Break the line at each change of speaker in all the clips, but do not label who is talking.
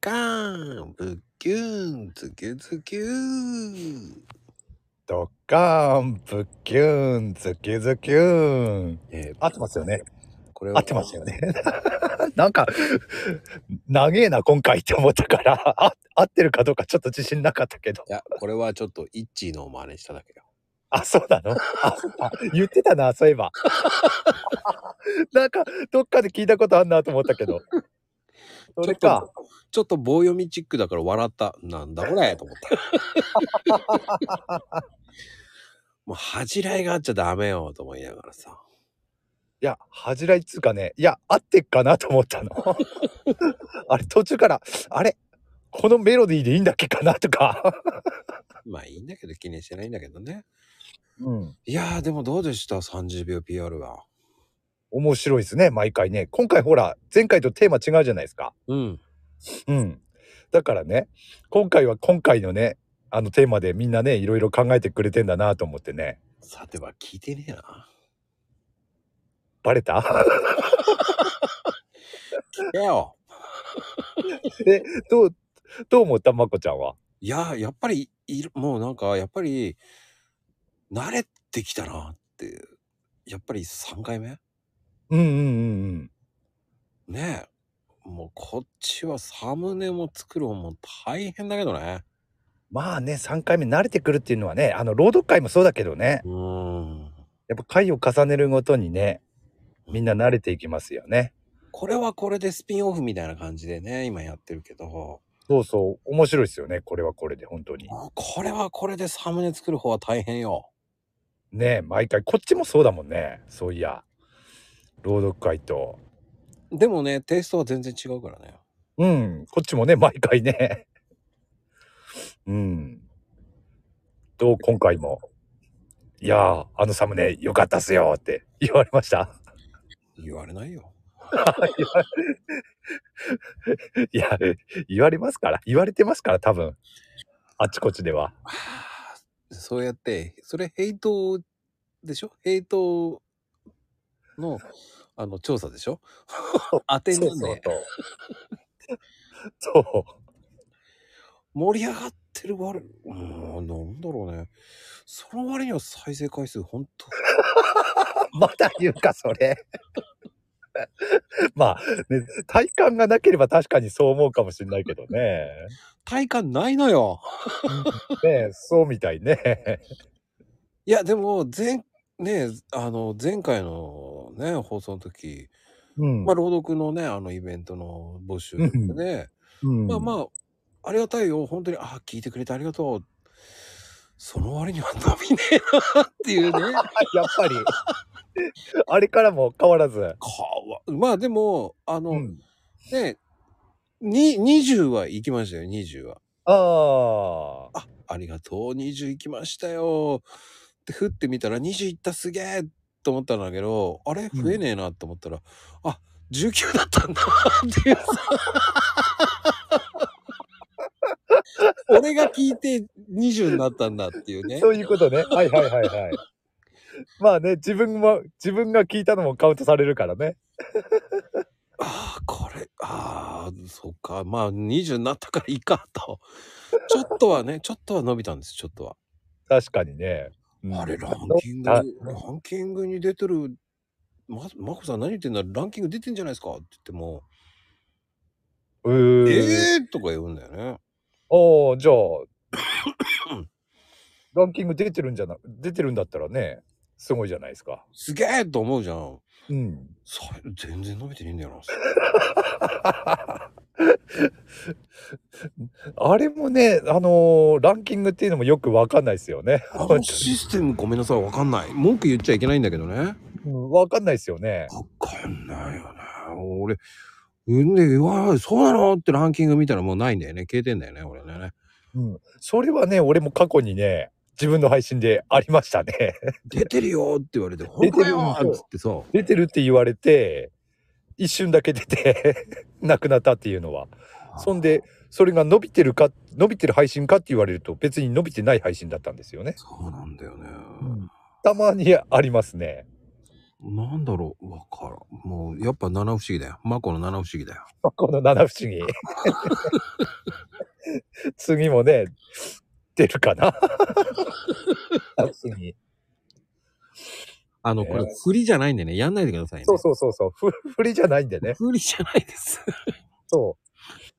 カーン、ブッキューン、ズキュズキュー。
ドカーン、ブッキューン、ズキュズキューン。
えー
合ってますよね。
これ
合ってますよね。 なんか、長えな、今回って思ったから、あ合ってるかどうかちょっと自信なかったけど。
いや、これはちょっとイッチーのを真似しただけよ。
あ、そうなのあ、そっか言ってたな、そういえば。 なんか、どっかで聞いたことあんなと思ったけど。それか。
ちょっと棒読みチックだから笑った。なんだこれと思った。 もう恥じらいがあっちゃダメよと思いながらさ。
いや、恥じらいっつうかね、いや、合ってっかなと思ったの。 あれ、途中から、あれこのメロディーでいいんだっけかなとか。
まあいいんだけど気にしてないんだけどね。
うん。
いやーでもどうでした ?30 秒 PR は。
面白いですね、毎回ね。今回ほら、前回とテーマ違うじゃないですか。
うん。
うん。だからね、今回は今回のね、あのテーマでみんなね、いろいろ考えてくれてんだなと思ってね。
さては聞いてねえな。
バレた
聞けよ。
え、どう、どう思ったまこちゃんは。
いやーやっぱりいる、もうなんかやっぱり慣れてきたなっていう。やっぱり3回目
うんうんうん
ねえ。もうこっちはサムネも作るのも大変だけどね。
まあね、3回目慣れてくるっていうのはね、あの、朗読会もそうだけどね、
うーん。
やっぱ回を重ねるごとにね、みんな慣れていきますよね。
これはこれでスピンオフみたいな感じでね、今やってるけど、
そうそう、面白いですよね、これはこれで、本当に。
これはこれでサムネ作る方は大変よ。
ね毎回、こっちもそうだもんね、そういや。朗読会と。
でもね、テイストは全然違うからね。
うん、こっちもね、毎回ね。うん。と、今回も。いやー、あのサムネ、良かったっすよって言われました。
言われないよ。
いや、言われますから、言われてますから、多分。あちこちでは。
はあ そうやって、それヘイトでしょヘイトの、あの、調査でしょ 当て
そう
なん
そう
で、
そう。そう。
盛り上がってる割、うーん、なんだろうね。その割には再生回数ほんと
まだ言うか、それ。 まあ、ね、体感がなければ確かにそう思うかもしれないけどね。
体感ないのよ。
ねそうみたいね。
いや、でも、前、ね、あの、前回のね、放送の時、
うん
まあ、朗読のね、あのイベントの募集
うん
で、
うん
まあまあ、ありがたいよ。本当に、あ、聞いてくれてありがとう。その割には伸びねえなって いうね。
やっぱり。あれからも変わらず。
かわ、まあでも、あの、
うん。
ね、に、20は行きましたよ、20は。
ああ。
あ、ありがとう、20行きましたよ。って振ってみたら、20行ったすげえと思ったんだけど、あれ
うん
増えねえなと思ったら、あ、19だったんだっていう さ。俺が聞いて20になったんだっていうね。
そういうことね。はいはいはいはい。まあね、自分も、自分が聞いたのもカウントされるからね。
ああ、これ、ああ、そっか。まあ20になったからいいかと。ちょっとはね、ちょっとは伸びたんです、ちょっとは。
確かにね。うん
あれ、ランキング、
あ
ランキングに出てる、ま、まこさん何言ってんだランキング出てんじゃないですかって言っても、
うー
ええー、とか言うんだよね。
お おじゃあランキング出てるんじゃな出てるんだったらねすごいじゃないですか
すげえと思うじゃん。
うん
さ全然伸びてねえんだよな。
あれもねあのーランキングっていうのもよくわかんないですよね
あのシステムごめんなさい、わかんない。文句言っちゃいけないんだけどね。
うんわかんないですよね
わかんないよね。俺、うんで、うわそうなのってランキング見たらもうないんだよね。消えてんだよね、俺ね。
うんそれはね俺も過去にね自分の配信でありましたね
出てるよって言われて、ほ
出
ん
て
と
る
よっつってさ。
出てるって言われて一瞬だけ出て なくなったっていうのはそんでそれが伸びてるか伸びてる配信かって言われると別に伸びてない配信だったんですよね
そうなんだよね。
たまにありますね。
なんだろうわからん。もう、やっぱ七不思議だよ。マコの七不思議だよ。
この七不思議。次もね、出るかな。 七不思議
あの、
えー
これ、振りじゃないんでね、やんないでくださいね。
そうそうそうそう。ふ振りじゃないんでね。
振りじゃないです。
そ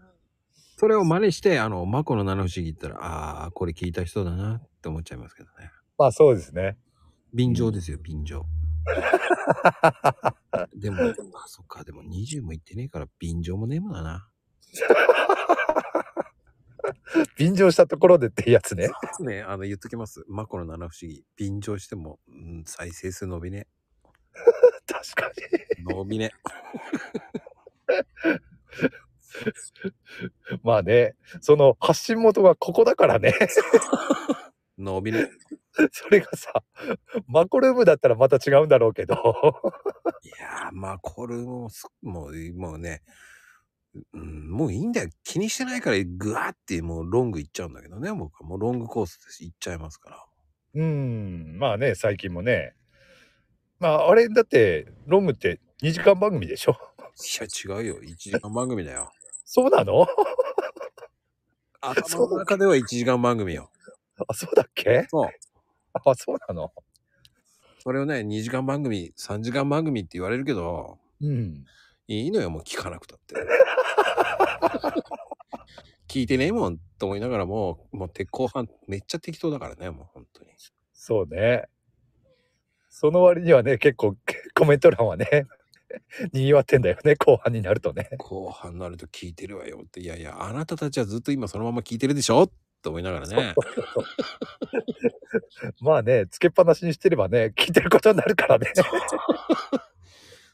それを真似して、あの、マコの七不思議言ったら、ああー、これ聞いた人だなって思っちゃいますけどね。
う。まあそうですね。
便乗ですよ、便乗。でも、あ、そっか、でも20も行ってねえから、便乗もねえもんだな。
便乗したところでってやつね。
ね、あの、言っときます。マコの七不思議、便乗しても、うん、再生数伸びね
確かに。
え。伸びねえ。
まあね、その発信元がここだからね。
伸びねえ。
それがさ、マコルームだったらまた違うんだろうけ ど。
いやー、まあ、これもす、もう、もうね、うん、もういいんだよ。気にしてないから、ぐわーって、もうロング行っちゃうんだけどね、僕は。もうロングコースです行っちゃいますから。
うん、まあね、最近もね。まああれだって、ロムって2時間番組でしょ
いや、違うよ。1時間番組だ よ。
そうなの
頭の中では1時間番組よ。
あ、そうだっけ
そう。
あ、そうなの
それをね、2時間番組、3時間番組って言われるけど、
うん。
いいのよ、もう聞かなくたって。聞いてねえもんと思いながらもう、もうて後半めっちゃ適当だからね、もう本当に。
そうね。その割にはね、結構コメント欄はね、 賑わってんだよね、後半になるとね。
後半になると聞いてるわよって、いやいや、あなたたちはずっと今そのまま聞いてるでしょって思いながらね。
まあね、つけっぱなしにしてればね、 聞いてることになるからね。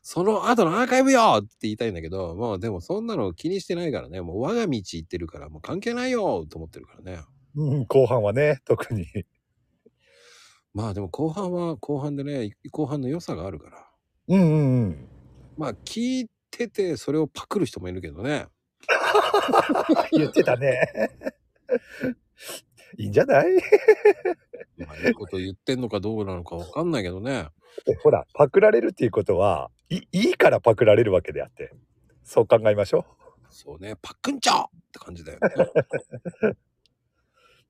その後のアーカイブよって言いたいんだけど、もうでもそんなの気にしてないからね、もう我が道行ってるから、もう関係ないよと思ってるからね。
うん、後半はね、特に。
まあでも後半は後半でね、後半の良さがあるから。
うんうんうん。
まあ聞いててそれをパクる人もいるけどね。
言ってたね。 いいんじゃない
まあ、いいこと言ってんのかどうなのかわかんないけどね。
ほら、パクられるっていうことは、いいいからパクられるわけであって。そう考えましょ
そうね、パックンチョって感じだよ ね。
う。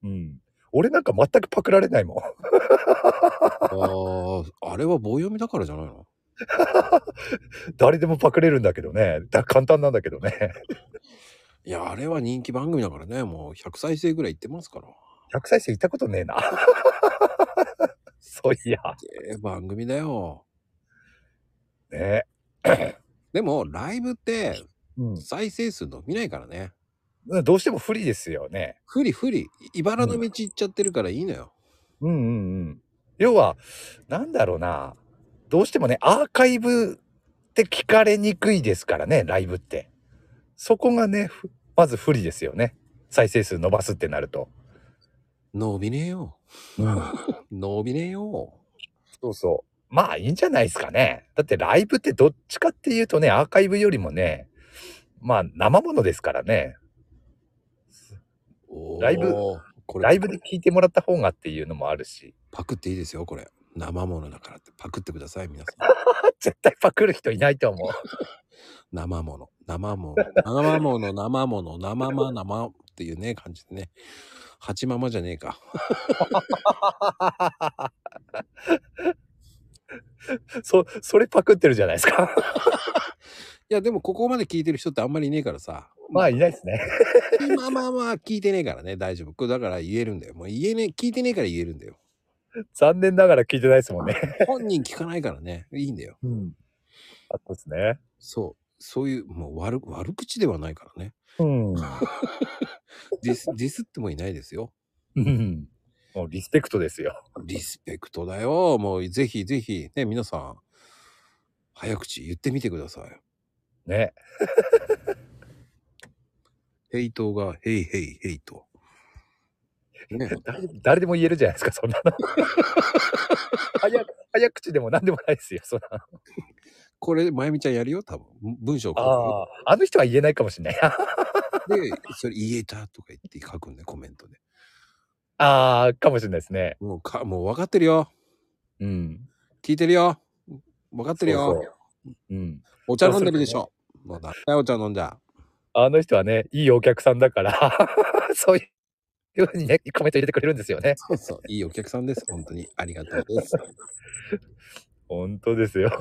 うん。俺なんか全くパクられないもん。
ああ、あれは棒読みだからじゃないの
誰でもパクれるんだけどね。だ簡単なんだけどね。
いや、あれは人気番組だからね、もう100再生ぐらいいってますから。
100再生行ったことねえな。 そういや。
ええ番組だよ。
ね。
でも、ライブって
う
再生数伸びないからね。
ん。どうしても不利ですよね。
不利不利。茨の道行っちゃってるからいいのよ。
うんうんうん。要は、なんだろうな。どうしてもね、アーカイブって聞かれにくいですからね、ライブって。そこがね、ふまず不利ですよね。再生数伸ばすってなると。
伸びねえよ。伸びねえよ。
そうそう。まあいいんじゃないですかね。だってライブってどっちかっていうとね、アーカイブよりもね、まあ生ものですからね、
おー
ライブ
これ
ライブで聞いてもらった方がっていうのもあるし、
パクっていいですよ、これ。生ものだからってパクってください、皆さん。
絶対パクる人いないと思う。
生もの、生もの、生もの、生もの、生ま生っていうね、感じでね。八ママじゃねえか。
そ、それパクってるじゃないですか。
いや、でもここまで聞いてる人ってあんまりいねえからさ。
まあいないですね。
今まあまあ聞いてねえからね、大丈夫。これだから言えるんだよ。もう言えねえ、聞いてねえから言えるんだよ。
残念ながら聞いてないですもんね。
本人聞かないからね、いいんだよ。
うん。あとですね。
そう。そういう、もう悪、悪口ではないからね。
うん。
ディス、 ディスってもいないですよ。
うん。もうリスペクトですよ。
リスペクトだよ。もう、ぜひぜひ、ね、皆さん、早口言ってみてください。
ね。
ヘイトが、ヘイヘイヘイト。 ね、
誰でも誰でも言えるじゃないですか、そんな の。早早口でも何でもないですよ、そんなの。
これ、まゆみちゃんやるよ、多分。文章書
ああ。あの人は言えないかもしれない。 あ
くよ。で、それ言えたとか言って書くんで、コメントで。
あ、かもしれないですね。
もうか、もう分かってるよ。
うん。
聞いてるよ。分かってるよ。
そうそうん。
お茶飲んでるでしょ。もうだいお茶飲んじゃう。
あの人はね、いいお客さんだから、 そういうふうにね、コメント入れてくれるんですよね。
そうそう。いいお客さんです。本当に。ありがとうです。
本当ですよ。